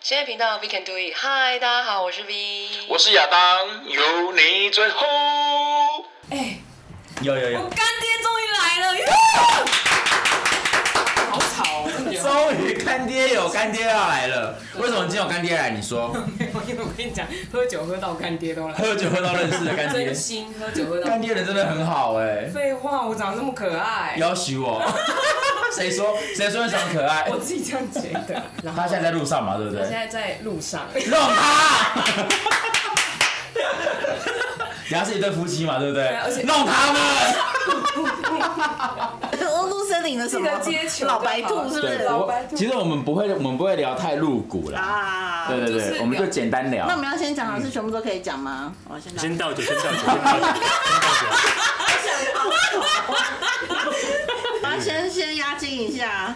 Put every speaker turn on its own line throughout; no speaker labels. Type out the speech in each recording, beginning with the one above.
深夜频道 We Can Do It。嗨，大家好，我是 V。
我是亚当，有你最后。
哎、
有有
我
有
干，爹终于来了！哟好吵、哦，真的有
终于干爹有干爹要来了。为什么今天有干爹来？你说
没有，因为我跟你讲，喝酒喝到干爹都来了，
喝酒喝到认识的干爹
真，心喝酒喝到
干。爹人真的很好哎、
废话，我长得那么可爱，
要挟我。谁说谁说你长得可爱
我？自己这样觉得。然后
他现在在路上嘛，对不
我现
对？
在在路 上，
弄他！人家是一对夫妻嘛，对不对
对啊而且？
弄他们！
欧陆森林的什么
记得接球就好
老白兔是不
对，
是？
老
我
白兔
其实我们不会，我们不会聊太露骨啦。
啊，
对对
就是
对，
聊
我们就简单聊
那我。们要先讲的是全部都可以讲吗？我先讲。
先倒酒，先倒酒，先倒酒，先倒酒。
我要先先压惊一下，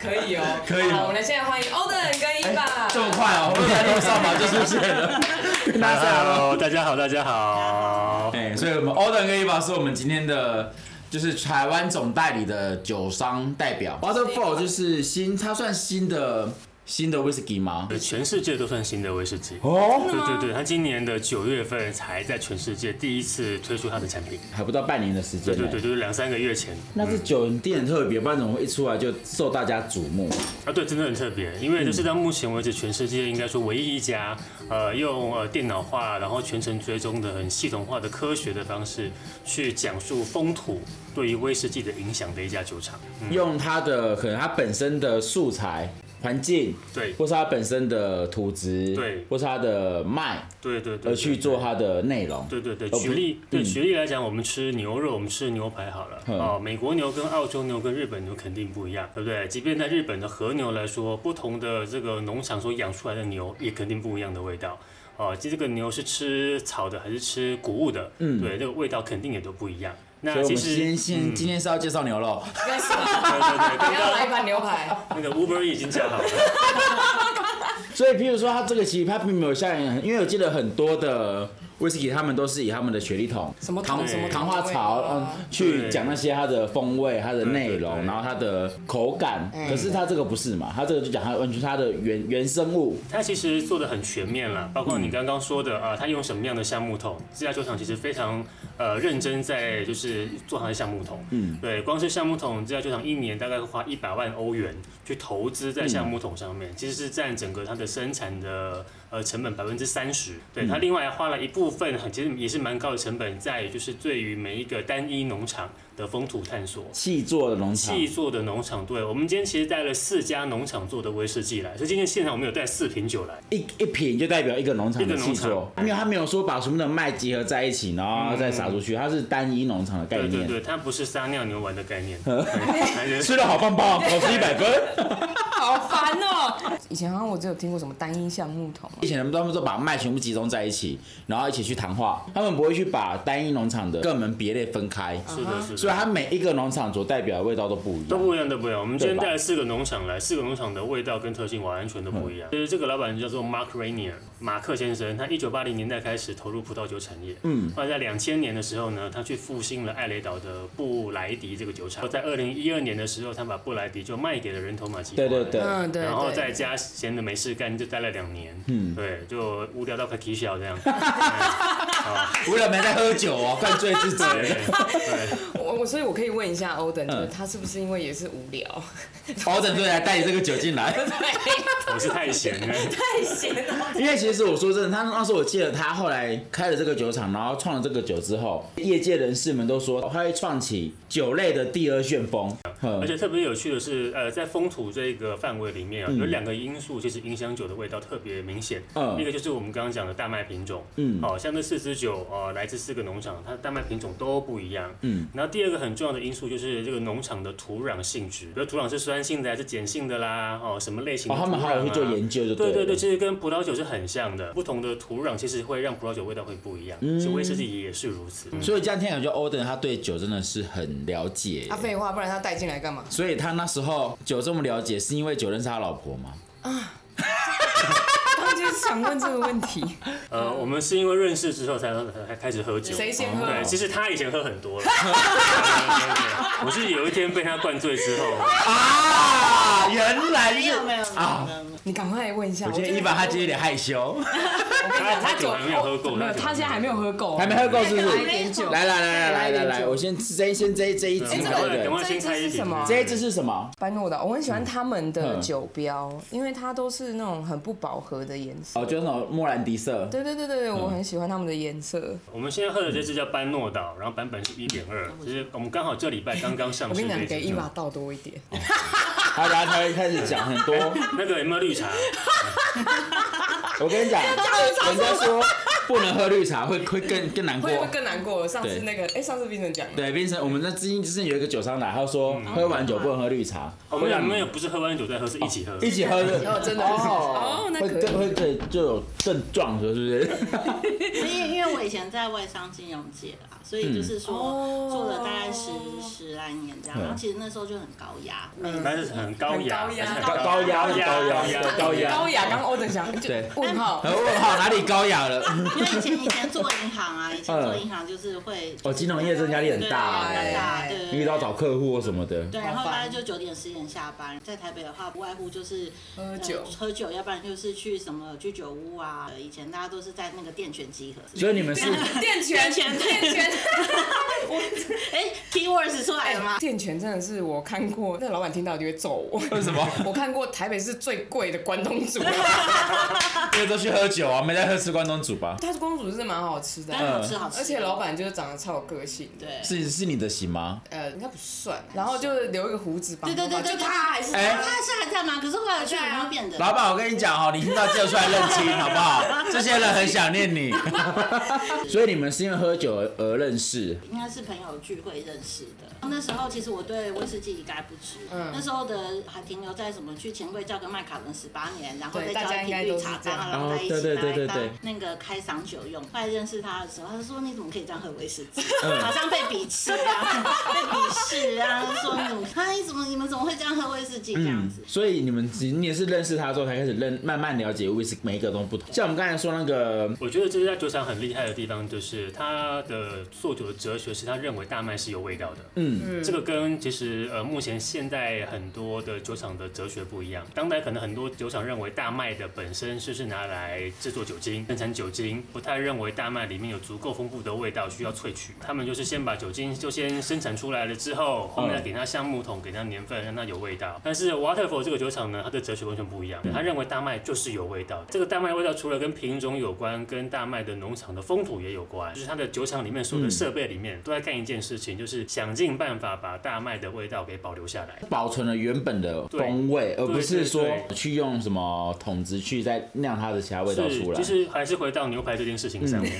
可以哦，
可以
好，我们来现在欢迎欧登跟伊爸。
这么快哦，我们在路上嘛就出现 了，跟大家 hello
Hello，大家好，大家好。
哎，所以我们 Odin 跟 Eva 是我们今天的，就是台湾总代理的酒商代表。Waterfall 就是新，它算新的新的 Whisky 吗？
全世界都算新的威士忌。
哦，
对对对，它今年的九月份才在全世界第一次推出它的产品。
还不到半年的时间。欸
对对对，。就是两三个月前。
那这酒一定很特别，不然怎么会一出来就受大家瞩目？
啊，对，真的很特别，因为这是到目前为止全世界应该说唯一一家，呃，用呃电脑化，然后全程追踪的很系统化的科学的方式去讲述风土对于威士忌的影响的一家酒厂。嗯，
用它的可能它本身的素材、环境，
对
或是它本身的土质，
对
或是它的麦，
对对对。
而去
对
做它的内容。
对对对，
而不
举例
嗯
对举例来讲，我们吃牛肉，我们吃牛排好了。
嗯
哦，美国牛跟澳洲牛跟日本牛肯定不一样，对不对？即便在日本的和牛来说，不同的这个农场所养出来的牛也肯定不一样的味道。哦，即这个牛是吃草的还是吃谷物的，嗯，对，这个味道肯定也都不一样。
所
那
以我
其
们
实嗯
先先、今天是要介绍牛肉，
应该是
对
吧
对对，刚
不要来一
刚
盘牛排，
那个 Uber Eats 已经讲好了。
所以，譬如说，它这个其实它并没有像，因为我记得很多的威士忌，他们都是以他们的雪莉桶、
什么
糖
桶什么
糖
桶
化
味
槽，嗯
啊，
去
对
讲那些它的风味、它的内
对对哎
容，
对
然后它的口感。可是它这个不是嘛？它这个就讲它完全它的原原生物，
它其实做的很全面了，包括你刚刚说的啊、呃它用什么样的橡木桶，这家酒厂其实非常呃认真在就是做它的橡木桶。嗯，对，光是橡木桶，这家酒厂一年大概会花一百万欧元去投资在橡木桶上面，其实是占整个它的生产的呃成本百分之三十。对，它另外还花了一部分，很其实也是蛮高的成本在就是对于每一个单一农场的风土探索。
气做的农场。
气做的农场，对我们今天其实带了四家农场做的威士忌来，所以今天现场我们有带四瓶酒来。
一一瓶就代表一个农场
一
的
个农
气
场
作，没有，它没有说把全部的麦集合在一起，然后再撒出去，它是单一农场的概
嗯对对
念。
对，它不是撒尿牛丸的概 念，对
吃的好棒 棒，考试一百分。
好烦哦。以前好像我只有听过什么单一橡木桶，
以前他们都把麦全部集中在一起，然后一起去谈话，他们不会去把单一农场的各门别类分开，
是的，是的，
所以它每一个农场所代表的味道都不一
都
样。
不一样，都不一样。我们今天
对吧
带了四个农场来，四个农场的味道跟特性完全都不
嗯
一样。就是这个老板叫做 Mark Rainier，马克先生，他一九八零年代开始投入葡萄酒产业，嗯，后来在两千年的时候呢，他去复兴了艾雷岛的布莱迪这个酒厂，在二零一二年的时候，他把布莱迪就卖给了人头马集团，
对对对
嗯，对，
然后
对
在家闲的没事干，就待了两年，嗯，对，就无聊到快啼笑这样。啊，
为了没在喝酒哦，灌醉自己了。
对对。
我我所以我可以问一下欧登，就是
嗯
他是不是因为也是无聊？
保准队来带你这个酒进来，
我是太闲了，
因为其实我说真的，他那时候我记得他后来开了这个酒厂，然后创了这个酒之后，业界人士们都说他会创起酒类的第二旋风。嗯
而且特别有趣的是，呃，在风土这个范围里面啊，有两个因素其实影响酒的味道特别明显。
嗯
一个就是我们刚刚讲的大麦品种，嗯，哦，像这四支酒，呃，来自四个农场，它大麦品种都不一样，嗯。然后第二个很重要的因素就是这个农场的土壤性质，比如土壤是酸性的还是碱性的啦，哦，什么类型的
哦，
土壤啊、
他们还有去做研究，就
对对
对
对，
了。
其实跟葡萄酒是很像的，不同的土壤其实会让葡萄酒味道会不一样，其实威士忌也是如此。
嗯所以这样听起来，就欧登他对酒真的是很了解
他。废话，不然他带进来干嘛？
所以他那时候酒这么了解，是因为酒认识他老婆吗？
他就是想问这个问题，
呃，我们是因为认识之后才才才开始喝酒。
嗯谁先喝？
对，其实他以前喝很 多了。对对对我是有一天被他灌醉 之后，
啊，原来
没
是
有没有没有
啊
没有，没有
你赶快问一下。
我觉得伊
真的
凡他今天有点害羞，
我跟你讲，
他
他酒
他酒还没有喝够
没有，
他酒
他现在还没有喝够，
还没喝够是不
再来一
是？
点酒。
来来来来来来来，我先这一先这一这一
哎
支嘛，
这个
对不
等
对
这
会？
一支是什么？
这一支是什么？
班诺的，我很喜欢他们的
嗯
酒标，因为它都是那种很不饱和的颜色。
哦，就是那种莫兰迪色。
对对对对对，我很喜欢他们的颜色。
我们现在喝的这支叫班诺岛，然后版本是一点二，就是我们刚好这礼拜刚刚上
我
市
跟你讲，
这
给
支
伊。娃倒多一点。
好，然后他会开始讲很多。
那个有没有绿茶？
我跟你讲，人家说不能喝绿茶会会更更难过
会。会更难过。上次
对
那个，哎、上次冰城讲的，
对，变成我们那之前之前有一个酒商来，他说喝完酒不能喝绿茶，
我
会
们有
让
没有不是喝完酒再喝，是一起喝。
一起喝的
哦，真的哦，那
会
可
更
以。
会更就有症状，是不是？
因为因为我以前在外商金融界啦，所以就是
哦
说做了大概十十来年这样，然后其实那时候就很高压，每
但是很高雅，
很高雅
还是很
高高压
高
高压
压
对高压
高雅，刚刚欧等想就
对
问号，
然后问哦号哪里高雅了？
因为以前以前做银行啊，以前做银行就是会
哦，金融业真的压力很
对啊
大，欸
压力很大
哎
对对对
遇到找客户或什么的。
对，
好
然后大概
烦
就九点十点下班，在台北的话，不外乎就是
喝
呃
酒
喝酒，要不然就是去什么居酒屋啊。呃以前大家都是在那个店泉集合。
所以你们是
电拳，
电拳
电拳，
哎，keywords 出来了吗？
电拳真的是我看过，那老板听到就会揍我。
为什么？
我看过台北市最贵的关东 煮，
因为都去喝酒啊，没在喝吃关东煮吧？
它是公主是蛮好吃的
但
啊，
嗯
好吃好吃，
而且老板就是长得超有个性的。
对
是是你的型吗？
呃，应该不算，然后就是留一个胡子吧，
对对对对，
就他还是
他
哎
他哦是还在吗？可是后来去
啊
有变的。
老板，我跟你讲哦，你听到就出来认亲，好不好？这些人很想念你，所以你们是因为喝酒而而认识。
应该是朋友聚会认识的。那时候其实我对威士忌一概不知，
嗯
那时候的还停留在什么去钱柜叫个麦卡伦十八年，然后
对
再
大
叫
家
一
应
瓶
该
绿
都是
茶
这
单
样
啊，然后
哦
在一
对
起
对
拿
对对
来当
对
那个开赏酒用。后来认识他的时候，他就说你怎么可以这样喝威士忌
嗯？
好像被鄙视啊，被鄙视啊，就说你怎么，哎，怎么你们怎么会这样喝威士忌这样
嗯
子，？
所以你们你也是认识他之后才开始认慢慢了解威士每一个都不同。像我们刚才说那个，
我觉得这家酒厂很厉害的地方，就是它的做酒的哲学是他认为大麦是有味道的。
嗯，
这个跟其实呃目前现代很多的酒厂的哲学不一样。当代可能很多酒厂认为大麦的本身就是拿来制作酒精、生产酒精，不太认为大麦里面有足够丰富的味道需要萃取。他们就是先把酒精就先生产出来了之后，后面再给它橡木桶，给它年份，让它有味道。但是 Waterford 这个酒厂呢，它的哲学完全不一样，
嗯
他认为大麦就是有味道。这个大麦的味道除了跟品种有关，跟大麦的农场的风土也有关，就是它的酒厂里面所有的设备里面都在干一件事情，就是想尽办法把大麦的味道给保留下来。
保存了原本的风味，而不是说去用什么桶子去再酿它的其他味道
是
出，来。
其实还是回到牛排这件事情上面。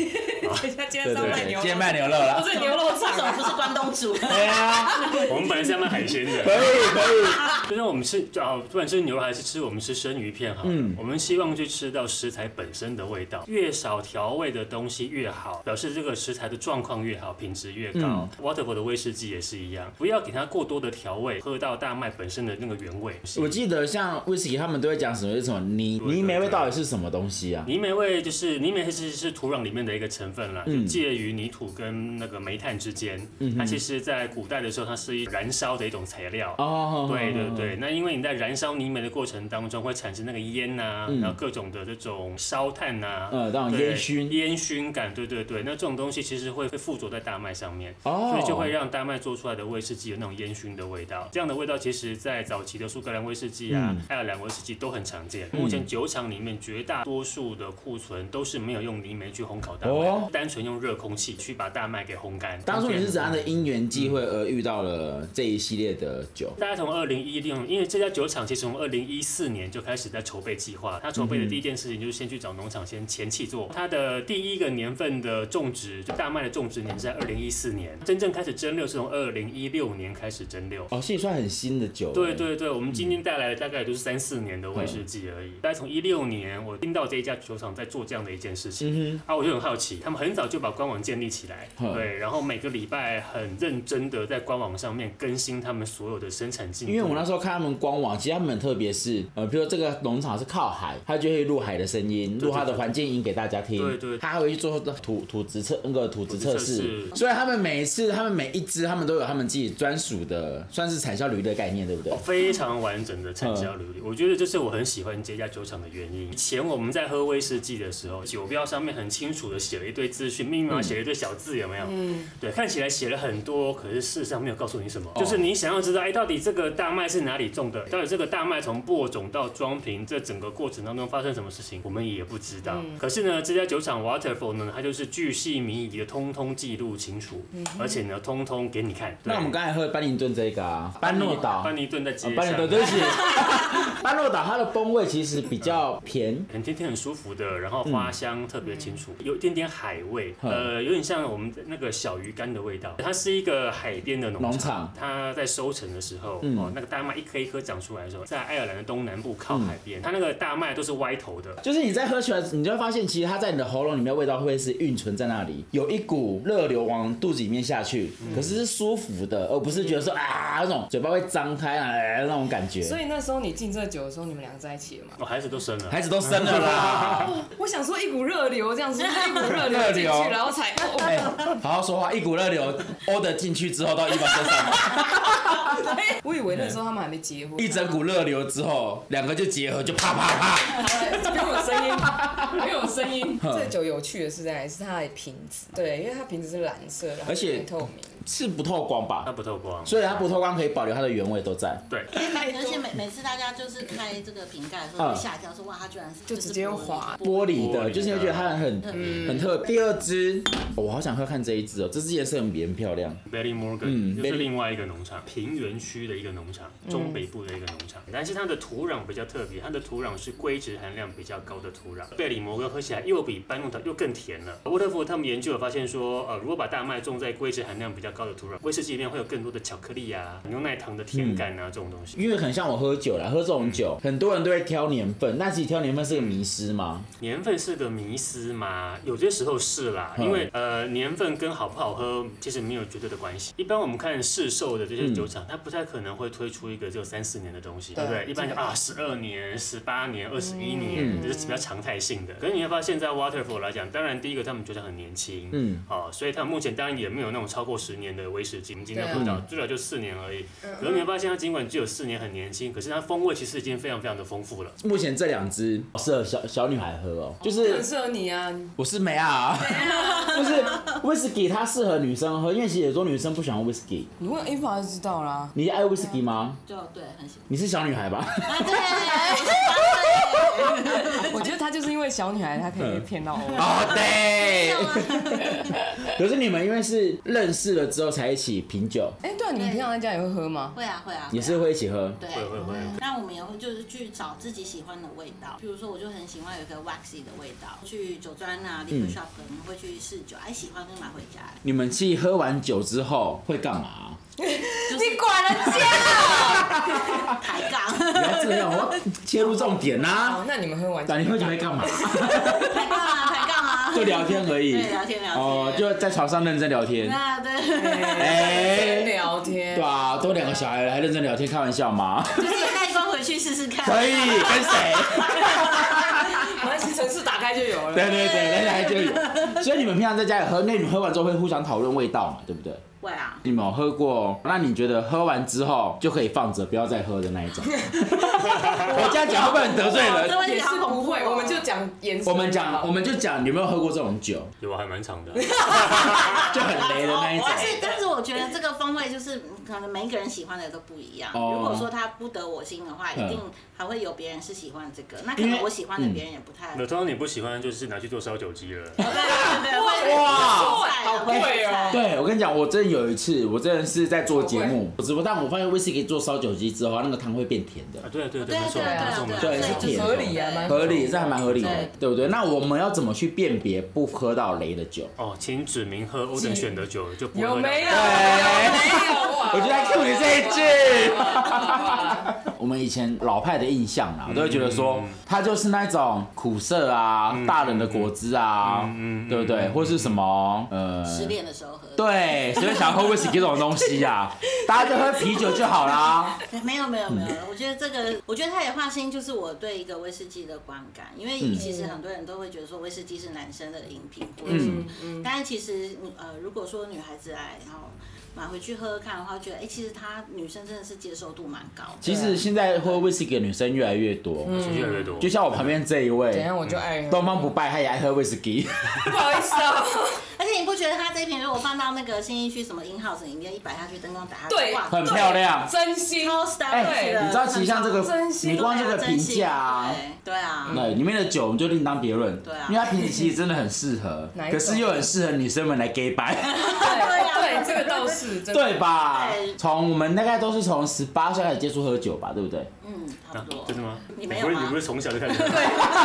他今天
对
上
对
卖牛
对，今
肉，
天卖牛肉了
不。是牛 肉
这
厂
种
啊，
不是关 东煮，
对啊，
我们本来是要卖海鲜的，
可以可以。
就是我们吃啊，不管是牛肉还是吃我们吃生鱼片哈，
嗯
我们希望去吃到食材本身的味道，越少调味的东西越好，表示这个食材的状况越好，品质越
嗯
高。Waterford 的威士忌也是一样，不要给它过多的调味，喝到大麦本身的那个原味。
我记得像威士忌他们都会讲什么什么泥
对对
泥煤味到底是什么东西啊？
泥煤味就是泥煤是是土壤里面的一个成分啦，
嗯
就介于泥土跟那个煤炭之间。它其实，在古代的时候，它是一燃烧的一种材料。
哦，
对对对，那因为你在燃烧泥煤的过程当中，会产生那个烟呐、然后各种的这种烧炭呐、
嗯那种
对
烟熏
烟熏感，对对对，那这种东西其实会会附着在大麦上面，
哦
所以就会让大麦做出来的威士忌有那种烟熏的味道。这样的味道其实在早期的苏格兰威士忌
嗯
啊、爱尔兰威士忌都很常见。目前酒厂里面绝大多数的库存都是没有用泥煤去烘烤大麦，
哦
单纯用热空气去把大麦给烘干。
当初你是怎样的
变成
因缘际
嗯
会而遇到了这一系列的酒？
大概从二零一六，因为这家酒厂其实从二零一四年就开始在筹备计划。他筹备的第一件事情就是先去找农场先前期做。它的第一个年份的种植，就大麦的种植年是在二零一四年，真正开始蒸馏是从二零一六年开始蒸馏。
哦，所以算很新的酒。
对。对对，我们今天带来的大概也就是三四年的威士忌而已。大概从一六年，我听到这一家酒厂在做这样的一件事情，啊，我就很好奇，他们很早就把官网建立起来，
嗯
对，然后每个礼拜很认真的在官网上面更新他们所有的生产进度。
因为我那时候看他们官网，其实他们很特别是，呃，比如说这个农场是靠海，它就会录海的声音，录它的环境音给大家听。
对对
它还会去做土土质测那个土质测
土质
试
测。试
所以他们每一次，他们每一只，他们都有他们自己专属的，算是产销履历的概念，对不对？
非常完整的产销履历，我觉得这是我很喜欢这家酒厂的原因。以前我们在喝威士忌的时候，酒标上面很清楚的写了一堆资讯，密密麻麻写了一堆小字，有没有？嗯，对，看起来写了很多，可是事实上没有告诉你什么。就是你想要知道，哎，到底这个大麦是哪里种的？到底这个大麦从播种到装瓶这整个过程当中发生什么事情，我们也不知道。可是呢，这家酒厂 Waterfall 呢，它就是巨细靡遗的，通通记录清楚，而且呢，通通给你看。对
那我们刚才喝的班宁顿这个啊，班诺岛，
班尼顿在街
哦
上，
班尼顿，对不起，班诺岛它的风味其实比较偏，
很天天很舒服的，然后花香特别清楚，有一点点海味，
嗯
呃，有点像我们那个小鱼干的味道。它是一个海边的农
农场嗯
它在收成的时候，哦，那个大麦一颗一颗长出来的时候，在爱尔兰的东南部
嗯
靠海边，它那个大麦都是歪头的，
就是你在喝起来，你就会发现，其实它在你的喉咙里面的味道会是蕴存在那里，有一股热流往肚子里面下去，可是是舒服的，而不是觉得说啊那种嘴巴会张开啊那种感觉。
所以那时候你进这酒的时候，你们两个在一起了嘛？
哦，孩子都生了，
孩子都生了啦，
我想说一股热流这样子，就是一股热
热
流进
流
去，然后才哦，
哎、好好说话，一股热流 order 进去之后到伊宝身上，
对我以为那时候他们还没结婚，
一整股热流之后，两个就结合，就啪啪啪。
没有声音，没有声 音。
嗯
这酒有趣的是在哪里？是它的瓶子，对，因为它瓶子是蓝色，然后
而且
很透明。
是不透光
它
吧？
不透光，
所以它不透光可以保留它的原味都在。
对。
而且每每次大家就是开这个瓶盖的时候，
嗯
就吓一跳，说哇，它居然是
就直接用滑
玻璃
玻璃
的，
的
就是你会觉得它很很很特别。第二支，我好想喝看这一支哦，这支颜色很很漂亮。
Belly Morgan、
嗯
又是
Belly-
另外一个农场，平原区的一个农场，中北部的一个农场，但是它的土壤比较特别，它的土壤是硅质含量比较高的土壤。贝里摩根喝起来又比班诺岛又更甜了。沃特福他们研究有发现说，呃，如果把大麦种在硅质含量比较高的土壤，威士忌里面会有更多的巧克力啊、牛奶糖的甜感啊、这种东西。
因为很像我喝酒啦，喝这种酒，很多人都会挑年份，那其实挑年份是个迷失嘛。
年份是个迷思嘛，有些时候是啦，
嗯
因为呃年份跟好不好喝其实没有绝对的关系。一般我们看市售的这些酒厂，它不太可能会推出一个只有三四年的东西，对不对？一般就啊十二年、十八年、二十一年，这是比较常态性的。可是你会发现在 Waterfall 来讲，当然第一个他们觉得很年轻，
嗯
嗯，哦，所以他们目前当然也没有那种超过十年的威士忌，我们今天喝到最少就四年而已。可是你会发现，它尽管只有四年很年轻，可是它风味其实已经非常非常的丰富了。
目前这两支适合小小女孩喝哦，就
很
是
适合你啊，
我是梅啊， 就是威士忌它适合女生喝，因为其实很多女生不喜欢威士忌。
你问 a v a 就知道啦。
你爱威士忌吗？
就对，啊很喜欢。
你是小女孩吧？
啊，对，
嗯
我觉得她就是因为小女孩，她可以骗到我。
哦，对。
啊
可是你们因为是认识了之后才一起品酒，
哎，对啊，你们平常在家也会喝吗？
会啊会啊，
也是会一起喝。
对。
会会会。
那我们也会就是去找自己喜欢的味道，比如说我就很喜欢有一个 waxy 的味道，去酒庄啊、liquor shop 可能会去试酒，哎喜欢就买回家。
你们去喝完酒之后会干嘛？
你管人家？
抬杠，
不要这样，我要切入重点啦、
哦，那你们喝完
那你喝酒会干嘛？
抬杠啊，抬杠啊，
就聊天而已。
对聊天聊天
哦，就在床上认真聊天。
那对，啊
哎、
聊天
对，啊，都两个小孩了，还认真聊天，开玩笑 吗？
就是带光回去试试看。
可以，跟谁？
关系城市打开就有了。
啊对对对，来来就。所以你们平常在家里喝，那你们喝完之后会互相讨论味道嘛，对不对？
会啊，
你们有喝过？那你觉得喝完之后就可以放着，不要再喝的那一 种？我这样讲会不会很得罪人？
也是不会，我们就讲颜色。
我们讲，我们就讲，你有没有喝过这种酒？
有啊，还蛮长的。
就很雷的那一种。
但是但是我觉得这个风味就是嗯可能每一个人喜欢的都不一样。
哦
如果说它不得我心的话，
嗯
一定还会有别人是喜欢这个，那可
因为
能我喜欢的别人也不太。
那通常你不喜欢就是拿去做烧酒鸡 了。
对对对对
哇
好贵哦。
对，我跟你讲，我真的有一次，我真的是在做节目，我直播，但我发现威士忌做烧酒鸡之后，那个汤会变甜的
啊，，对对
对
没错，
对啊
没错，没错，
对是甜的合理
啊蛮
合理，这还蛮合理的
对，
对不对？那我们要怎么去辨别不喝到雷的酒？
哦，请指明喝欧登选的酒就不会
有没有？有没
让
有？
我就在 cue 你这一句。我们以前老派的印象啦，都会觉得说它就是那种苦涩啊、大人的果汁啊，对不对？或是什么呃，
失恋的时候喝。
对，谁会想喝威士忌这种东西呀、啊？大家就喝啤酒就好啦。
对，没有没有没有，我觉得这个，我觉得他也画心，就是我对一个威士忌的观感，因为其实很多人都会觉得说威士忌是男生的饮品或者什么，但是其实呃，如果说女孩子来，然后买回去喝喝看的话，觉得哎、其实她女生真的是接受度蛮高的。
其实现在喝威士忌的女生越来越多，
越来越多。
嗯就像我旁边这一
等一
位
下，我就爱喝
东方不败，她也爱喝威士忌。
不好意思 啊，
而且你不觉得它这一瓶如果放到那个新一区什么 in house 里面一摆下去，灯光打下去，
对
哇，
很漂亮
真心
超 star
哎、
的
你知道，其实像这个
真，心
你光这个
对啊
评价啊嗯
真，心对对啊，
对里面的酒我们就另当别论。
对啊
因为它瓶子其实真的很适合
哪，一
可
种
是又很适合女生们来 gay 白，
啊
对对，这个倒是真的
对吧
对？
从我们大概都是从十八岁开始接触喝酒吧，对不对？
嗯，差
啊
不多。
真的吗？
你没有
不是
吗
你不是从小就开始喝？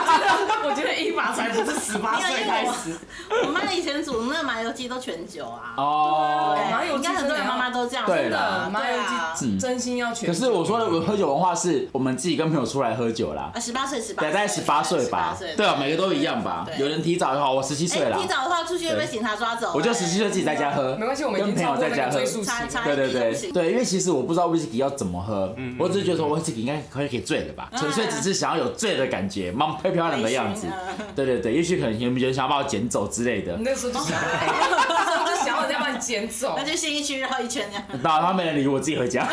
我觉得依法才不是十八
没有
岁
因为
开
我
始，
我妈以前煮那麻油鸡都全酒啊。
哦
对，
麻油
应
鸡
该很多人
真的要
妈妈都这样，
对啦
的麻油
啊，
鸡真心要全
可
酒。
是我说的我喝酒文化是我们自己跟朋友出来喝酒啦，
十八岁，十八，
对，大概十八岁吧
啊18岁，
对啊，每个都一样吧。
对
有人提早就好，我十七岁
哎，
啦，
提早的话出去会被警察抓走。
我就
哎
十七岁自己在家喝，
没关系，我们已
跟
经
朋
超
友
过
在
那
家
个
喝
追。溯期
差
了。
差一
对对
点
对对，因为其实我不知道威士忌要怎么喝，
嗯
我只是觉得说威士忌应该可以可以醉了吧，纯粹只是想要有醉的感觉，蛮漂漂亮的样子
微醺啊。
对对对，也许可能有人想要把我捡走之类的
你，那时候就想，哎那时候就想要人家把你捡走
啊那，就新一区绕一圈这样。
那他没人理我，自己回家。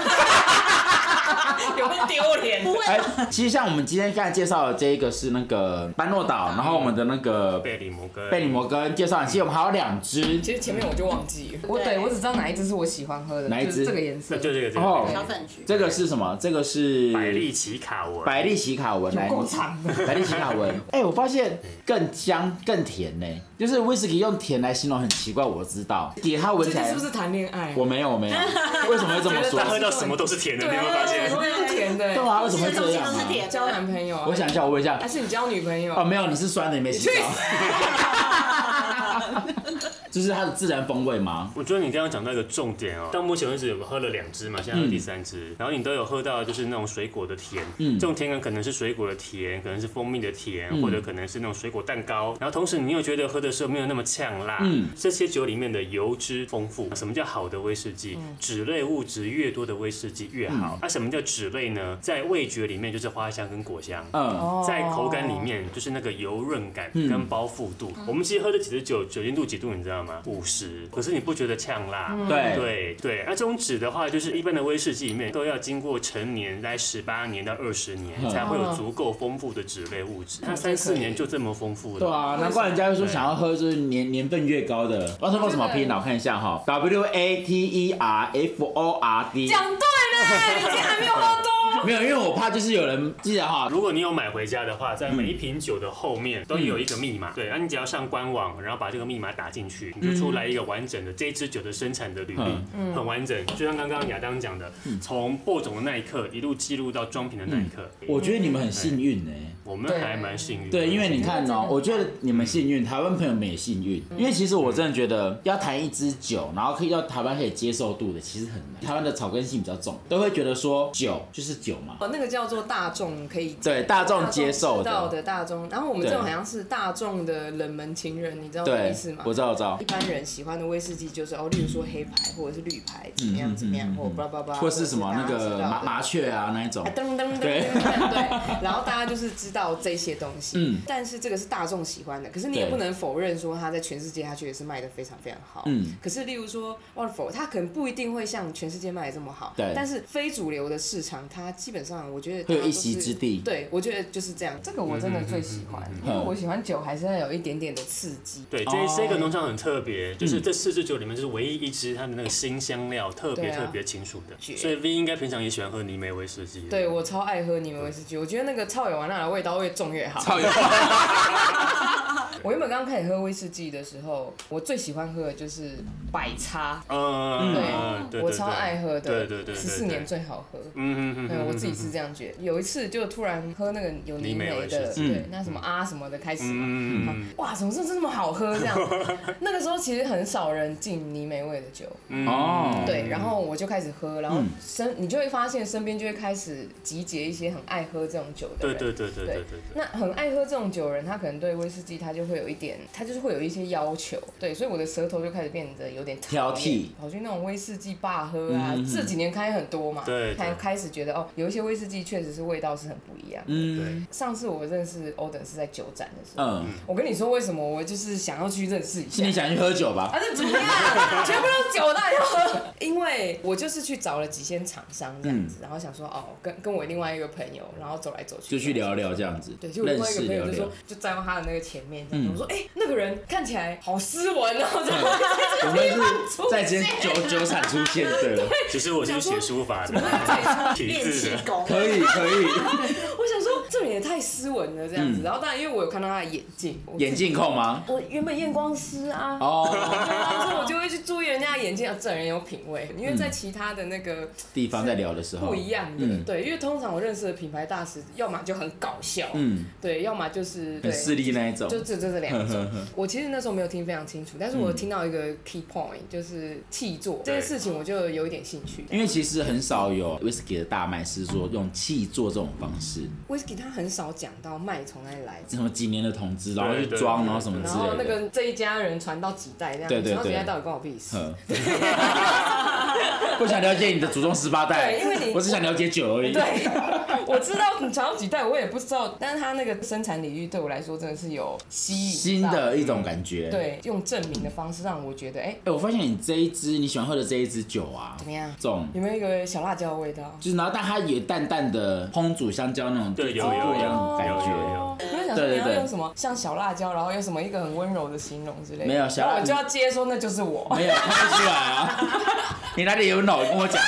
有没有丢脸？
哎，其实像我们今天刚才介绍的这一个是那个班诺岛，然后我们的那个
嗯贝里摩根，
贝里摩根介绍，其实我们还有两 只，
其实前面我就忘记了，我
对
对我只知道哪一只是我喜欢喝的，
哪一
就是
只
这个颜色
那，就这个这
哦
个
小粉橘，
这个是什么？这个是
百利奇卡文，
百利奇卡文来，
够长的。
百利奇卡 文。哎、我发现更香更甜呢、就是威士忌用甜来形容很奇怪，我知道。给它闻
这
起
就
来，
是不是谈恋爱？
我没有我没有，为什么会这么 说
他？喝到什么都是甜的，
对
你有没有发现
啊，？我用甜的
对，啊，为什
吃
么会
的
这
东西
样、
都是
啊？
甜的。
交男朋友啊
我，想一下，我问一下
还。是你交女朋友啊
哦，？没有，你是酸的，你没洗 澡。就是它的自然风味吗？
我觉得你刚刚讲到一个重点哦、到嗯目前为止我们喝了两支嘛，现在喝第三支，然后你都有喝到就是那种水果的甜，这种甜感可能是水果的甜，可能是蜂蜜的甜，或者可能是那种水果蛋糕，然后同时你又觉得喝的时候没有那么呛辣，这些酒里面的油脂丰富。什么叫好的威士忌？脂类物质越多的威士忌越好。啊那、什么叫脂类呢？在味觉里面就是花香跟果香，
嗯，
哦
在口感里面就是那个油润感跟包覆度。我们其实喝这几支酒，酒精度几度你知道吗？五十。可是你不觉得呛辣？
对
对对。那这种纸的话，就是一般的威士忌里面都要经过成年，在十八年到二十年才会有足够丰富的脂类物质。那三四年就这么丰富了。
对啊，难怪人家会说想要喝就是年年份越高的。我说什么拼呢？我看一下哈，W A T E R F O R D。
讲对 了，你竟然还没有喝多。
没有，因为我怕就是有人记得哈，
如果你有买回家的话，在每一瓶酒的后面都有一个密
嗯
码，对，那啊你只要上官网，然后把这个密码打进去，你就出来一个完整的这支酒的生产的履历，
嗯
很完整。就像刚刚亚当讲的，从播种的那一刻一路记录到装瓶的那一刻。
嗯
我觉得你们很幸运呢、
我们还蛮幸运的，
对，因为你看哦、我觉得你们幸运，台湾朋友们也幸运，因为其实我真的觉得要谈一支酒，然后可以要台湾可以接受度的，其实很难。台湾的草根性比较重，都会觉得说酒就是酒嘛，
哦，那个叫做大众可以接
对，大众接受
知道
的，
的哎大众，然后我们这种
对
好像是大众的冷门情人，你知道我的
对
意思吗，？
我知道，我知道
一，般人喜欢的威士忌就是哦，例如说黑牌或者是绿牌，怎么样怎么
嗯
样，或巴拉巴拉，
或是什么那个麻麻雀啊那一种
哎，，噔噔噔 噔噔，
对
对，然后大家就是知道这些东西，
嗯
但是这个是大众喜欢的，可是你也
对
不能否认说它在全世界它确实是卖的非常非常好，
嗯
可是例如说 w a t e r f o r 它可能不一定会像全世界卖的这么好，
对
但是非主流的市场，它基本上我觉得它
会有一
都是
席之地嗯
对我觉得就是这样，这个我真的最喜欢，因为我喜欢酒还是要有一点点的刺激，
对，这
哦
这个农场很特别，
嗯
就是这四支酒里面就是唯一一支它的那个新香料特别
对啊
特别清楚的，
绝
所以 V 应该平常也喜欢喝泥梅威士忌。
对我超爱喝你们威士忌，我觉得那个超有完那的味道超越重越好。
超有趣
我原本刚开始喝威士忌的时候，我最喜欢喝的就是百叉，
嗯，
对
嗯对，
我
对
超爱喝的，
对对对对，
十四年，最好喝。
嗯嗯
对，
嗯，
我自己是这样觉得。有一次就突然喝那个有
泥
泥
煤
煤
威士
的，
忌
对，那什么啊什么的开始嘛，
嗯嗯，嗯嗯
哇，怎么这这么好喝这 样？那个时候其实很少人进泥煤味的酒，
嗯
哦，
对，然后我就开始喝，然后
嗯
身你就会发现身边就会开始集结一些很爱喝这种酒的
对
人。
对对对对对对，
那很爱喝这种酒的人，他可能对威士忌他就会有一点，他就是会有一些要求，对，所以我的舌头就开始变得有点讨厌
挑剔，
跑去那种威士忌吧喝啊，
嗯嗯嗯
这几年开很多嘛，
对
才
对
开始觉得哦，有一些威士忌确实是味道是很不一样。
嗯
上次我认识欧等是在酒展的时候，
嗯，
我跟你说为什么我就是想要去认识一下
今，天想去喝酒吧
啊，？这怎么样？ 全部都是酒，当然要喝。因为我就是去找了几间厂商这样子，然后想说哦，跟跟我另外一个朋友，然后走来走去，
嗯就去聊聊这样子，
对，就我另
认
外一个
识
朋
聊
友就
聊
说。，就站到他的那个前面，这样子
嗯
我说，哎、那个人看起来好斯 文哦，怎么
我们是在今天酒酒厂出现，对了，
其实我是写书法的，体
练
字
气
的，
功，
可以 可以，
我想说这人也太斯文了这样子。
嗯
然后当然，因为我有看到他的眼镜，我
眼镜控吗？
我原本验光师啊，
哦，
所以我就会去注意人家的眼镜，啊，这人有品味，因为在其他的那个
地方在聊的时候
不一样的，
嗯
对，因为通常我认识的品牌大使，要么就很搞笑，
嗯，
对，要么就是对
很势利那一种，
就这这这两种。我其实那时候没有听非常清楚，但是我
嗯
听到一个 key point，就是气作这件事情，我就有一点兴趣。
因为其实很少有 whisky 的大卖是说用气做这种方式，
whisky 它很少讲到卖从哪里来，
什么几年的统治，然后去
对对
装，
对
然后什么
然后
嗯之
那
类的。
个这一家人传到几代这样，
对对
传到几
对
代到底关我屁事？
嗯 不想了解你的祖宗十八代，
对因为你
我只想了解酒而 已。
对，我知道你传到几代，我也不知道，但是它那个生产领域对我来说真的是有吸引
新
到。
的一种感觉。，
对，用证明的方式让我觉得，哎、
哎，我发现你这一支你喜欢喝的这一支酒啊，
怎么样？
重
有没有一个小辣椒的味道？
就是，然后但它有淡淡的烹煮香蕉那种，
对有
不
有
一样的感
有有
觉。
有，
因为想说
对
你
对
要
对
用什么像小辣椒，然后用什么一个很温柔的形容之类的，
没有小辣
然后我就要接说那就是我，
没有看不出来啊！ 你哪里有脑？跟我讲，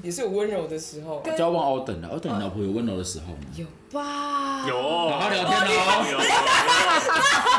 也是有温柔的时候，跟
就要问欧等了。哦欧等，你老婆有温柔的时候吗？
有吧？
有，
好好聊天哦。
有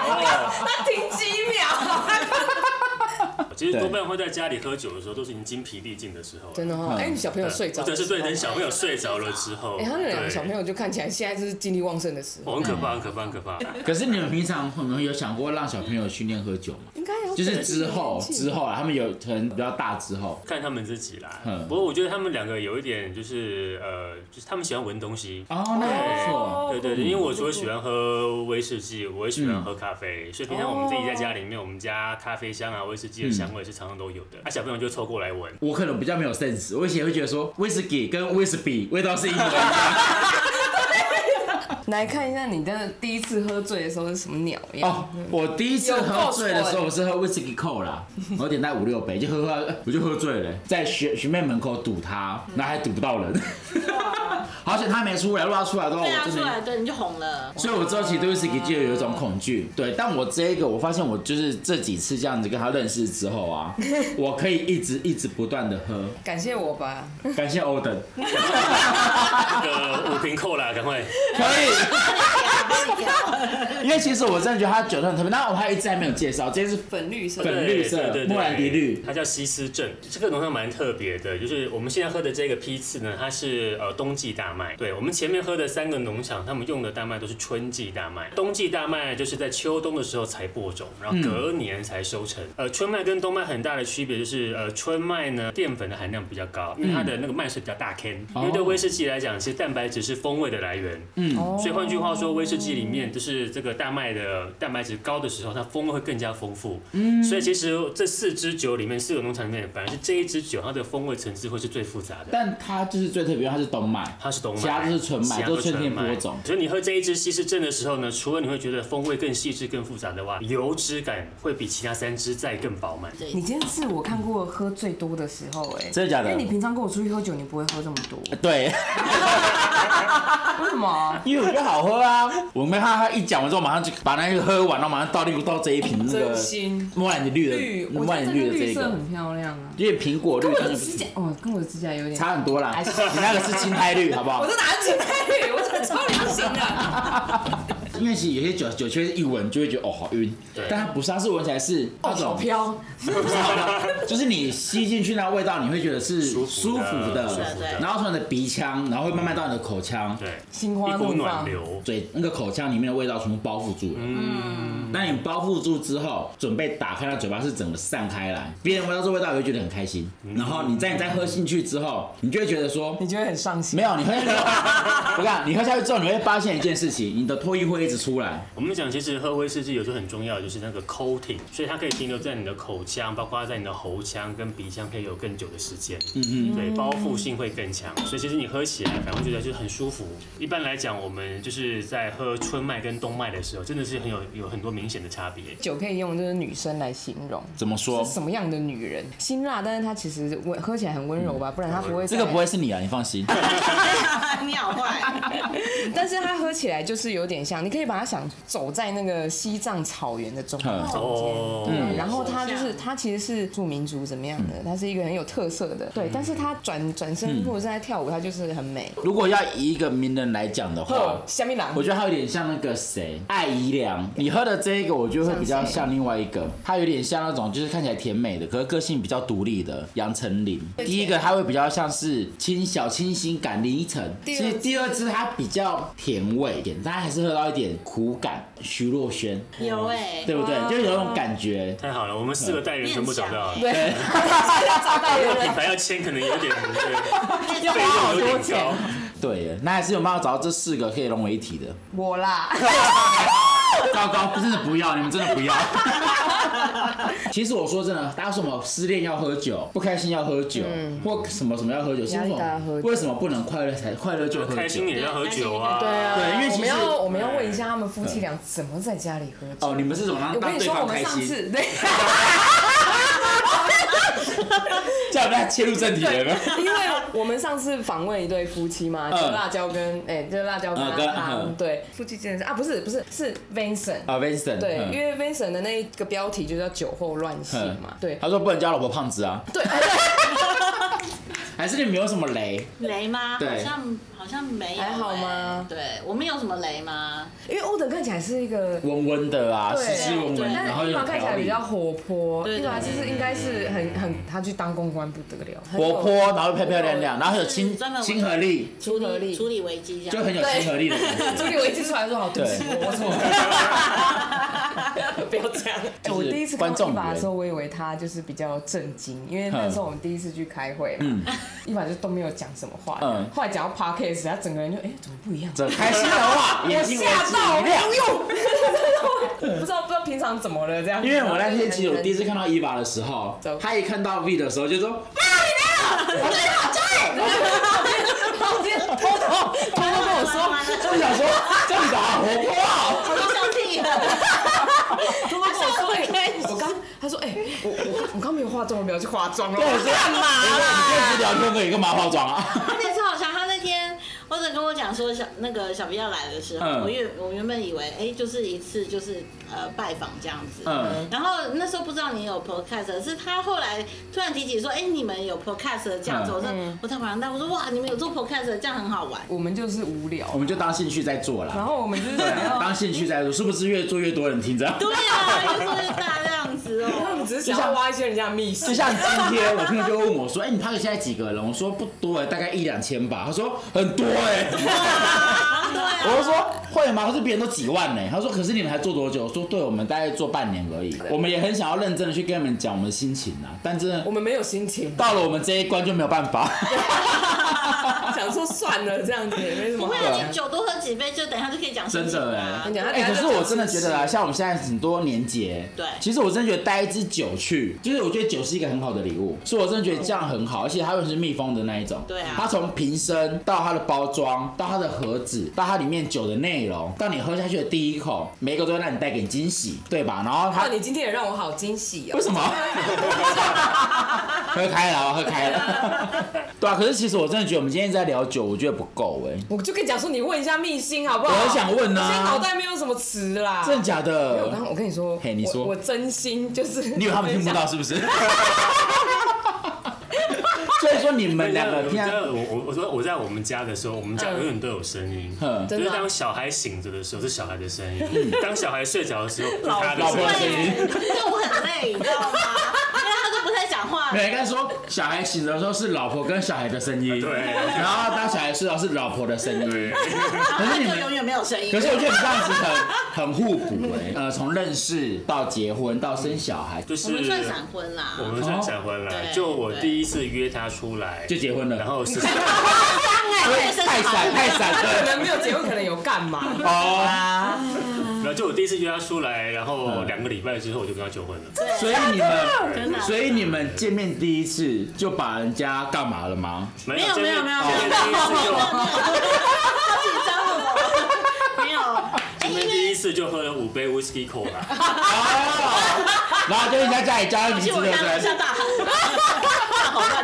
哦，
停几秒，
其实多半会在家里喝酒的时候，都是已经精疲力尽的时候，
真的哦。
嗯
哎，你小朋友睡着
或
了，
者是对，等小朋友睡着了之后，
哎，他那两个
对
小朋友就看起来现在就是精力旺盛的时候，
哦很可
嗯
怕，很可怕，很可怕。
可是你们平常有没有有想过让小朋友训练喝酒吗？
应该有
就是之后
可能
之后啊，他们有可能比较大之后，
看他们自己啦
嗯。
不过我觉得他们两个有一点就是呃，就是他们喜欢闻东西。
哦，那还不错。
对对对，因为我除了喜欢喝威士忌，我也喜欢喝咖啡，所以平常我们自己在家里面，我们家咖啡香啊、威士忌的香味是常常都有的。啊，小朋友就凑过来闻，
我可能比较没有 sense，我以前会觉得说威士忌跟威士比味道是一模一样。
来看一下你的第一次喝醉的时候是什么鸟
哦
样？，
我第一次喝醉的时候，我是喝威士忌扣 啦，我点大概五六杯就喝到，我就喝醉了，在学学妹门口堵她，然后还堵不到 人。好险她没出来，如果她出来的话，
对
我
啊，
真
出
的
来对你就红了。
所以，我之后其实对威士忌就有一种恐
嗯
惧。对，但我这一个，我发现我就是这几次这样子跟他认识之后 啊，我可以一直一直不断的喝。
感谢我吧，
感谢欧 等，
那个五瓶扣啦，赶快。
可以，
啊
因为其实我真的觉得他酒都很特别。那我还有一支还没有介绍，这支是
粉绿色，
粉绿色
对对对
莫兰迪绿
它叫西斯镇，这个浓汤蛮特别的，就是我们现在喝的这个批次呢，它是呃冬季大麦。对我们前面喝的三个农场，他们用的大麦都是春季大麦，冬季大麦就是在秋冬的时候才播种，
嗯
然后隔年才收成。呃，春麦跟冬麦很大的区别就是，呃，春麦呢淀粉的含量比较高，因为它
嗯
的那个麦穗比较大 can，、因为
哦
对威士忌来讲，其实蛋白质是风味的来源。
嗯
哦
所以换句话说，威士忌里面就是这个大麦的蛋白质高的时候，它风味会更加丰富。嗯，所以其实这四支酒里面，四个农场里面，反而是这一支酒它的风味层次会是最复杂的。
但它就是最特别，它是冬麦，
它是冬麦，
其他都是纯麦
其他
都是春天播种
所以你喝这一支西式镇的时候呢，除了你会觉得风味更细致、更复杂的话，油脂感会比其他三支再更饱满。
你今天是我看过喝最多的时候、哎，
真的假的
因为你平常跟我出去喝酒，你不会喝这么 多，
对，
为什么？
因为我觉得好喝啊。我没看他一讲完之后，马上就把那个喝完，然后马上倒立倒这一瓶那个
真心
莫兰迪绿的
绿，
莫
我觉
兰
得
迪
这
绿
个
的这
绿
一
色
个，
很漂亮啊，
因为苹果绿
我哎
它
的
就
指甲哦，跟我的指甲有点
差很多啦。你那个是青苔绿，好不好
我？是哪指甲绿？我怎么超流行的？
因为其实有些酒酒气一闻就会觉得哦好晕，
对
但它不是，它是闻起来是那
哦， 好
种，
飘，
就是你吸进去那味道，你会觉得是
舒服的
舒服
舒
的
服的，
然后从你的鼻腔，然后会慢慢到你的口腔，
对，
心花
一股
怒
暖
放，
流，
嘴那个口腔里面的味道全部包覆住了。
嗯，
那你包覆住之后，准备打开，它嘴巴是整个散开来，别人闻到这味道，你会觉得很开心。
嗯
然后你在你再喝进去之后，你就会觉得说，
你就会很上心。
没有，你会， 我讲，你喝下去之后，你会发现一件事情，你的唾液会一直出来。
我们讲，其实喝威士忌有时候很重要，就是那个 coating，所以它可以停留在你的口腔，包括在你的喉腔跟鼻腔，可以有更久的时间。嗯嗯，对，包覆性会更强，所以其实你喝起来反而会觉得就是很舒服。一般来讲，我们就是在喝春麦跟冬麦的时候，真的是很有有很多明显的差别。
酒可以用就是女生来形容，
怎么说
是？什么样的女人？辛辣，但是她其实温喝起来很温柔吧，不然她嗯不会
这个
在
不会，是你啊，你放心。
你好 坏，
但是她喝起来就是有点像，你可以把它想走在那个西藏草原的中间。
嗯
哦，
对然后她就是
像
她其实是住民族怎么样的，她是一个很有特色的，对。但是她转转身或者是在跳舞，她就是很美。哦
如果要以一个名人来讲的话
呵，，下面朗
我觉得他有点像那个谁，艾怡良。你喝的这一个，我觉得会比较像另外一个，他有点像那种就是看起来甜美的，可是个性比较独立的杨丞琳。第一个他会比较像是清小清新感林依晨，其
第二支
实第二支它比较甜味一点，但还是喝到一点苦感。徐若瑄，
有哎，
对不
哦
对？就有那种感觉。
太好了，我们四个代言人全部找到了。
对，要找代言
品
人，
牌要签可能有点，
要
费
花
用
好
有
多
点
钱
高。。
对耶，那还是有办法找到这四个可以融为一体的。
我啦，
糟糕，真的不要，你们真的 不要。其实我说真的，大家说什么失恋要喝酒，不开心要喝酒，或什么什么要喝酒，
嗯
是
压
那
力大要喝
种
酒
为什么不能快乐才快乐就喝
开心
酒？
也要喝酒啊，
对啊，
对因为其
我
实
们要我们要问一下他们夫妻俩怎么在家里喝酒。
哦，你们是怎么让
我跟
让
你
对
说，我
方
们
开
上
心？
次对，
叫人家切入正题了有没有？
因为我们上次访问一对夫妻嘛，就
嗯
辣椒跟哎，就辣椒跟
嗯
阿
跟
汤，
嗯
对，夫妻真的是啊，不是不是是 Vincent。
啊，Vincent，
对，因为
嗯
Vincent 的那一个标题就叫“酒后乱性”嘛，对
嗯他说不能叫老婆胖子啊，
对， 哎对
还是你没有什么雷？
雷吗？
对
好像好像没有欸，
还好吗
对我们有什么雷吗？
因为欧德看起来是一个
温温的啊，
对
斯斯文文，
对
嗯然
但
后
是
又
伊娃
有
看起
条
来比
理
较，活泼，
对
伊娃
对
就是
对
应该是很很，他去当公关不得了，很有
活泼，然后又漂漂亮亮，然后有
就
亲
是专门
亲和力，
亲和力
处理危机这样，
就很有亲和力的感 觉。
朱莉，我一进出来说好，对不起，我错了，不要这样。哎，我第一次看到伊娃的时候，我以为他就是比较震惊，因为那时候我们第一次去开会嘛， 伊娃就都没有讲什么话
嗯，
后来讲到 podcast，他整个人就哎怎么不一 样？
这开心的话，
我
眼睛为
吓
之
到，
一亮。
不用，不知道不知道平常怎么了这样。
因为我那天其实我第一次看到伊娃的时候
走，
她一看到 V 的时候就说，
旁边
哎
偷偷偷偷跟我说，
完了
我想说这样子好活泼啊，
好多兄弟了，
偷偷跟我说，我刚他说哎，我我我刚没有化妆，我不要去化妆哦了。
对我说
干嘛啊啦？
这次聊天可以干嘛化妆啊？
而且是好像他那天或者跟我讲说小那个小 B 要来的时候，
嗯
我原我原本以为哎就是一次就是呃拜访这样子，
嗯
然后那时候不知道你有 podcast，是他后来突然提起说，哎，你们有 podcast 的这样子，
嗯
我说我才恍然大悟，我说哇，你们有做 podcast 的这样很好玩。
我们就是无聊
我，们就当兴趣在做
然
啦，
后我们就是
对
想
啊，
要
当兴趣在做，是不是越做越多人听着？
对啊，就是大这样子
他们
哦。
只是想要挖一些人家的秘
就
辛。
像今天我朋友就问我说：“哎、你拍的现在几个人？”我说：“不多哎，大概一两千吧。”他说：“很多哎。”
啊对 啊，
我就说会吗？他说别人都几万呢。他说可是你们还做多久？我说对，我们大概做半年而已。我们也很想要认真的去跟你们讲我们的心情啊，但真的
我们没有心情，
到了我们这一关就没有办法。
想说算了，这样子也没什么
不
好
会
讲
啊，你。酒多喝几杯，就等一下就可以讲心
真
情啊
的
啦
哎、
你讲他等
哎、
下
可
就是
我真的觉得啊，
讲
像我们现在很多年节，
对
其实我真的觉得带一支酒去，就是我觉得酒是一个很好的礼物，所以我真的觉得这样很好，而且它又是密封的那一种，
对啊
它从瓶身到它的包装，到它的盒子，到它里面酒的内容，到你喝下去的第一口，每一个都会让你带给你惊喜，对吧？然后它
哇，你今天也让我好惊喜哦
为！什么？ 喝开了，哦喝开了。 对啊，可是其实我真的觉得我们今天在聊酒，我觉得不够哎、
我就跟你讲说，你问一下秘辛好不好？
我很想问啊
我现在脑袋没有什么词啦。
真的假
我刚
的？
我跟你说，
嘿你说
我我 真心就是，
你以为他们听不到？是不是？所以说你们两个啊
我
听
在
他，
我我我说我在我们家的时候，我们家
嗯
永远都有声音。
嗯
就
真
是
的啊
当小孩醒着的时候是小孩的声音，当小孩睡着的时候是他的
老婆的
声
声
音。
音。
就啊我很累，你知道吗？因为他都不太讲话。
每个人说小孩醒的时候是老婆跟小孩的声音，
对
然后当小孩睡着是老婆的声音。可
然后
是
他
你
就
们
永远没有声音。
可是我觉得你这样子很很互补哎、呃，从认识到结婚到生小孩，就
就是
我们算闪婚啦，
我们算闪婚
哦
了。
对
就我第一次约他出来，
就结婚了
然 后是
哎，生
太闪太闪
可
了
能没有结婚，可能有干 嘛？
哦。
然后就我第一次约他出来，然后
嗯
两个礼拜之后我就跟他求婚了。
嗯
所以你
真的
们，所以你们见面第一次就把人家干嘛了吗？
没
有没有没有
见面第一次就
紧张了我，没有，哎
见面第一次就喝了五杯 whisky cola，
哦，然后就人家家里加了名字，
是
对不
我刚刚
对
像？大喊，大吼大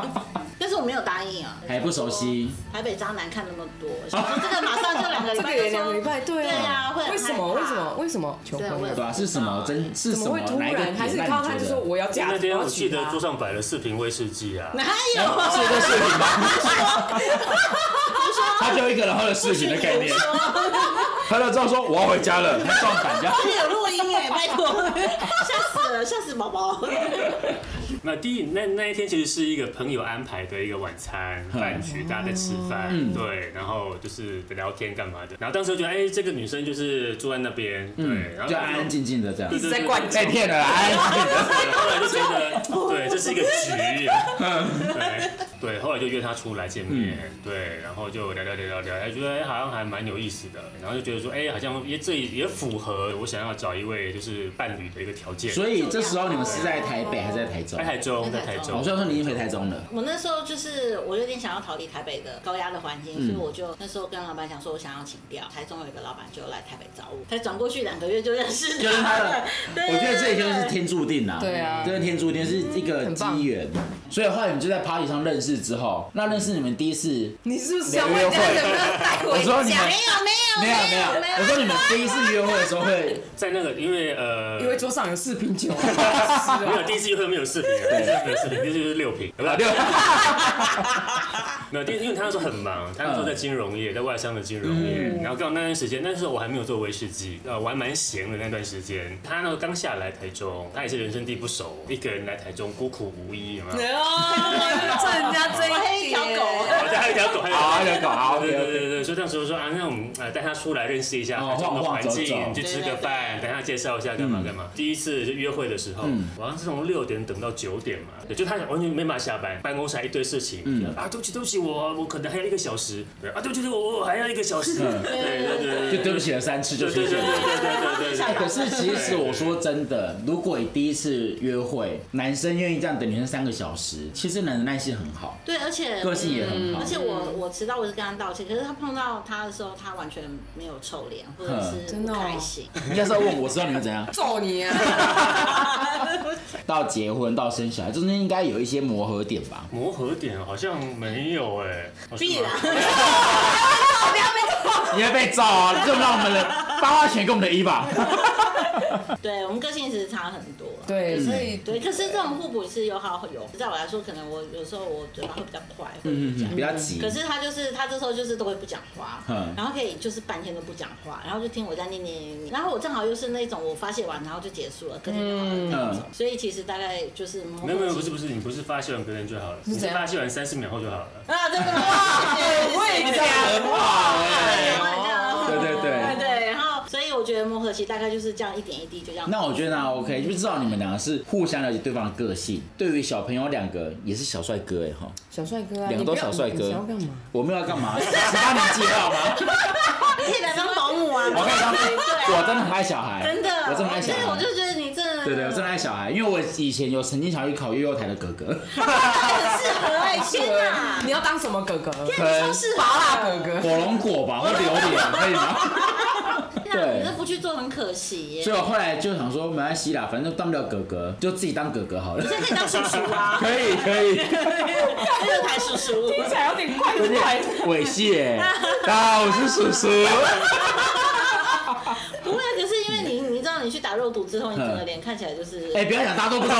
叫， 但是我没有答应啊，
还不熟悉，
台北渣男看那么多，想说这个马上就两个礼
这个
拜，
也两个礼拜，对
对啊，会很
为什么？
害
为
怕
什么？？为什么求
对啊我
婚
也
对
了？
吧？是什么真是
啊怎
什
么
么
会突
哪一个
然？
点
还是
让
看
你
到
觉
他就
得
说我要嫁，
那天
我
我
要
记
娶
得
她
桌上摆了四瓶威士忌啊，
哪有 啊？
是个视 频吗？ 他就一个人喝了视频的概念，喝了之后说我要回家了，他撞板这样。
这有录音哎，拜托，吓死了，吓死宝宝。
那第一那那一天其实是一个朋友安排的一个晚餐饭局，大家在吃饭，对，然后就是聊天干嘛的。然后当时就哎、这个女生就是坐在那边，对，然后
就安安静静的这样
对，对对
在灌
被骗了啦，安安静静的。
对后来就觉得，对，这是一个局，对对，后来就约她出来见面，对，然后就聊聊聊聊聊，哎，觉得哎好像还蛮有意思的，然后就觉得说，哎，好像也这也符合我想要找一位就是伴侣的一个条件。
所以这时候你们是在台北还是在台中
在？台中，在台
我
中，
虽然说你已经回台 中了，
我那时候就是我有点想要逃离台北的高压的环境，所以我就那时候跟老板讲说，我想要请调。台中有一个老板就来台北找我，才转过去两个月就认识
就是他的
了。。对
我觉得这就是天注定啦，
对啊
这个天注定是一个
很棒
机缘。所以后来你们就在 party 上认识之后，那认识你们第一次，
你是不是要问人家
没有
能不能带
我
回
说你
家
们？
没
没
有
有没有，我说你们第一次约会的时候会
在那个因为呃，
因为桌上有四瓶酒，是啊
没有第一次约会没有视频啊，第一次没有视频，第一次就是六瓶，有没有？
六
没有，第一次因为他那时候很忙，他那时候在金融业，在外商的金融业，然后刚好那段时间，那时候我还没有做威士忌，呃，我还蛮闲的那段时间。他那时候刚下来台中，他也是人生地不熟，一个人来台中孤苦无依，有没有？
哦，趁人家这一点
我黑一条狗
哦对还有一条狗，还有
好要搞好
对对
，OK，
对对对，所以当时我说啊，那我们呃带他出来认识一下
哦
台中
晃
的
晃
环境，
走走
去吃个饭，等他介绍一下干嘛干嘛。第一次就约会的时候，我好像是从六点等到九点嘛，对，就他完全没办法下班，办公室还一堆事情，啊，对不起对不起，我我可能还要一个小时，对啊，对不起对不起我我还要一个小时，对对对对，
就对不起了三次就
对
出
对对
现
对
了。
对对
哎，
对
可是其实我说真的，如果你第一次约会，男生愿意这样等女生三个小时，其实男人耐性很好，
对，而且
个性也很好
嗯而。且我我迟到，我是跟他道歉，可是他碰到他的时候，他完全没有臭脸，或者是
真的
不
哦
开心。
你要是要问我知道你们怎样，
揍你啊！
到结婚到生小孩中间应该有一些磨合点吧？
磨合点好像没有哎，
必然，
你会被揍啊！就让我们的八花拳跟我们的一吧。
对我们个性其实差很多。
对，所以
对，可是这种互补是有好有，在我来说，可能我有时候我嘴巴会比较快，会比较
嗯，比较急
可。是他就是他这时候就是都会不讲话，
嗯
然后可以就是半天都不讲话，然后就听我在念念念念，然后我正好又是那种我发泄完然后就结束了，跟
嗯
你那种，所以其实大概就是没
没有没有不是不是，你不是发泄完隔天就好了，你是发泄完三十秒后就好了。
啊，真的吗？哇
我也
这样很好哎对对
对
对。
对，然后所以我觉得磨合期大概就是这样一点一滴就这样。
那我觉得呢，OK，就知道你们两个是互相了解对方的个性。对于小朋友两个也是小帅哥哎哈，
小帅哥啊，
两个都
你不要
小帅哥
你想要干嘛？
我们要干嘛？十 八年级好吗？
你可以来当保姆啊，
我看他们，
对
我真的很爱小孩，
真的，
我真的爱小
所以我
孩。
就觉得你真的
啊对对，我真的爱小孩，因为我以前有曾经想要去考幼幼台的哥哥，
很适 合哎，天哪，
你要当什么哥哥？
可能
适合哦
拔蜡哥哥。
火龙果吧，或榴莲可以吗？
那啊你
对
都不去做很可惜耶
所以。我后来就想说，没关系啦，反正当不了哥哥，就自己当哥哥好了。
现 在可以当叔叔啊，
可以 可以，
热台叔叔。
听起来有点怪怪的。
猥亵。大家好，我是叔叔。
不会啊，可是因为你，你知道你去打嗯哎肉毒之后，你整个脸看起来就是。
哎、不要讲，大家都不知道。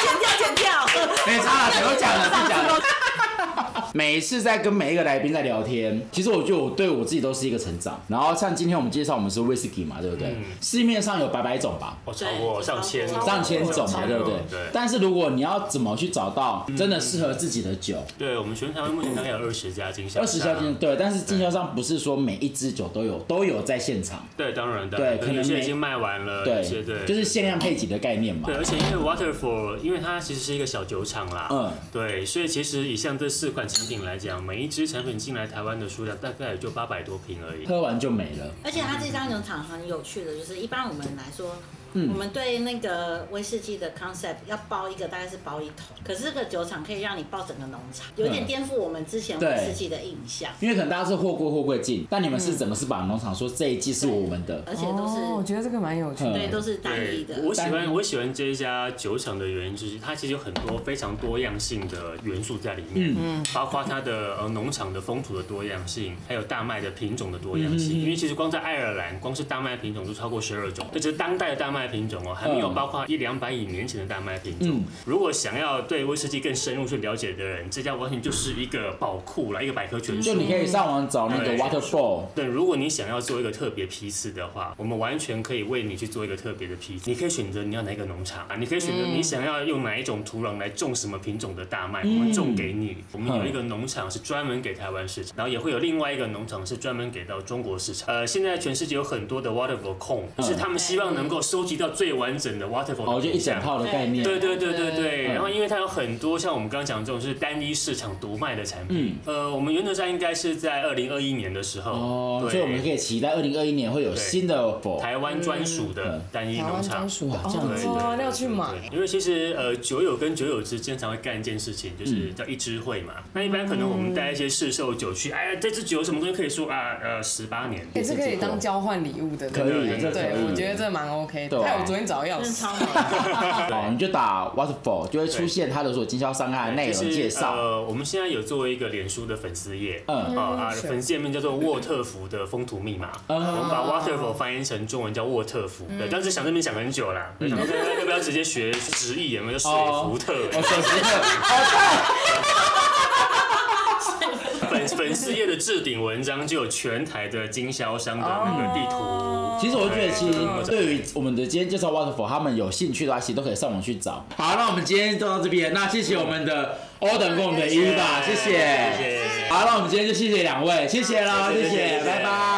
剪掉剪掉。
没差了，都讲了，是讲了。 每一次在跟每一个来宾在聊天，其实我觉得我对我自己都是一个成长。然后像今天我们介绍我们是 whisky 嘛，对不对？市面上有百百种吧，
哦我超过上千
对
上千种嘛，对不哦对？嗯
对。
但是如果你要怎么去找到真的适合自己的酒，
对，我们全台湾目前大概有二十家经销商，
二十销经对，但是经销商不是说每一支酒都有都有在现场，
对，当然的，
对可能
有些
没
已经卖完了，有些
对，
对，
就是限量配给的概念嘛
对，。而且因为 Waterfall，因为它其实是一个小酒厂啦，
嗯，
对，所以其实以像这四款产品来讲，每一支产品进来台湾的数量大概也就八百多瓶而已。
喝完就没了，
而且它这张酒厂很有趣的，就是一般我们来说，我们对那个威士忌的 concept 要包一个大概是包一桶，可是这个酒厂可以让你包整个农场，有点颠覆我们之前
对
威士忌的印象，
因为可能大家是货过货柜进，但你们是整个是把农场说这一季是我们的，
而且都是、
哦我觉得这个蛮有趣的。
对
嗯
都是单一
对
的，。
我喜
单一
欢我喜欢这一家酒厂的原因就是它其实有很多非常多样性的元素在里面，嗯，包括它的呃农场的风土的多样性，还有大麦的品种的多
嗯
样性。因为其实光在爱尔兰，光是大麦品种就超过十二种，这只是当代的大麦品种哦，还没有
嗯
包括一两百亿年前的大麦品种。如果想要对威士忌更深入去了解的人，这家完全就是一个宝库啦，一个百科全
就
书。
你可以上网找那个
对
waterfall，
对，如果你想要做一个特别批次的话，我们完全可以为你去做一个特别的批次。你可以选择你要哪一个农场啊，你可以选择
嗯
你想要用哪一种土壤来种什么品种的大麦，
嗯
我们种给你。我们有一个农场是专门给台湾市场，然后也会有另外一个农场是专门给到中国市场。呃，现在全世界有很多的 waterfall 控，就是他们希望能够收集到最完整的 waterfall
嗯哦，就
的品
一整
相
套的概念，
对对
对
对对对，
嗯
然后因为它有很多像我们刚刚讲这种是单一市场独卖的产品，
嗯
呃，我们原则上应该是在二零二一年的时候，
哦，
对
所以我们可以期待二零二一年会有新的否
台湾专属
嗯
的单一
台
农
湾
场
专。属的
哇啊这样子
哦，那要去买。
对因为其实呃，酒友跟酒友之间常会干一件事情，
嗯
就是叫一支会嘛。那一般可能我们带一些市售酒去，哎呀，这支酒有什么东西可以说啊？呃，十八年，
嗯
也是可以当交换礼物的，
可以，
对
这
对，我
可以。
觉得这蛮 OK 的。
对啊
害我昨天找钥
真的
匙，
超好，
好，哦你就打 waterfall 就会出现它的所有经销商啊、内容
其实
介绍。
呃，我们现在有做一个脸书的粉丝页，
嗯
啊啊，
是
粉丝页面叫做沃特福的风土密码，我们把 waterful 翻译成中文叫沃特福，
嗯
对，当时想这边想很久啦，想说要不要直接学直译，有没有水福特？
哦，首席特，
粉粉丝页的置顶文章就有全台的经销商的那个地图。
其实我觉得，其实哦对于我们的今天介绍 waterfall，他们有兴趣的话，其实都可以上网去找。好，那我们今天就到这边，那谢谢我们的 Odin 跟我们的伊吧，谢谢。
谢谢。
好，那我们今天就谢谢两位，谢谢啦，谢
谢谢
谢，
谢谢
拜拜。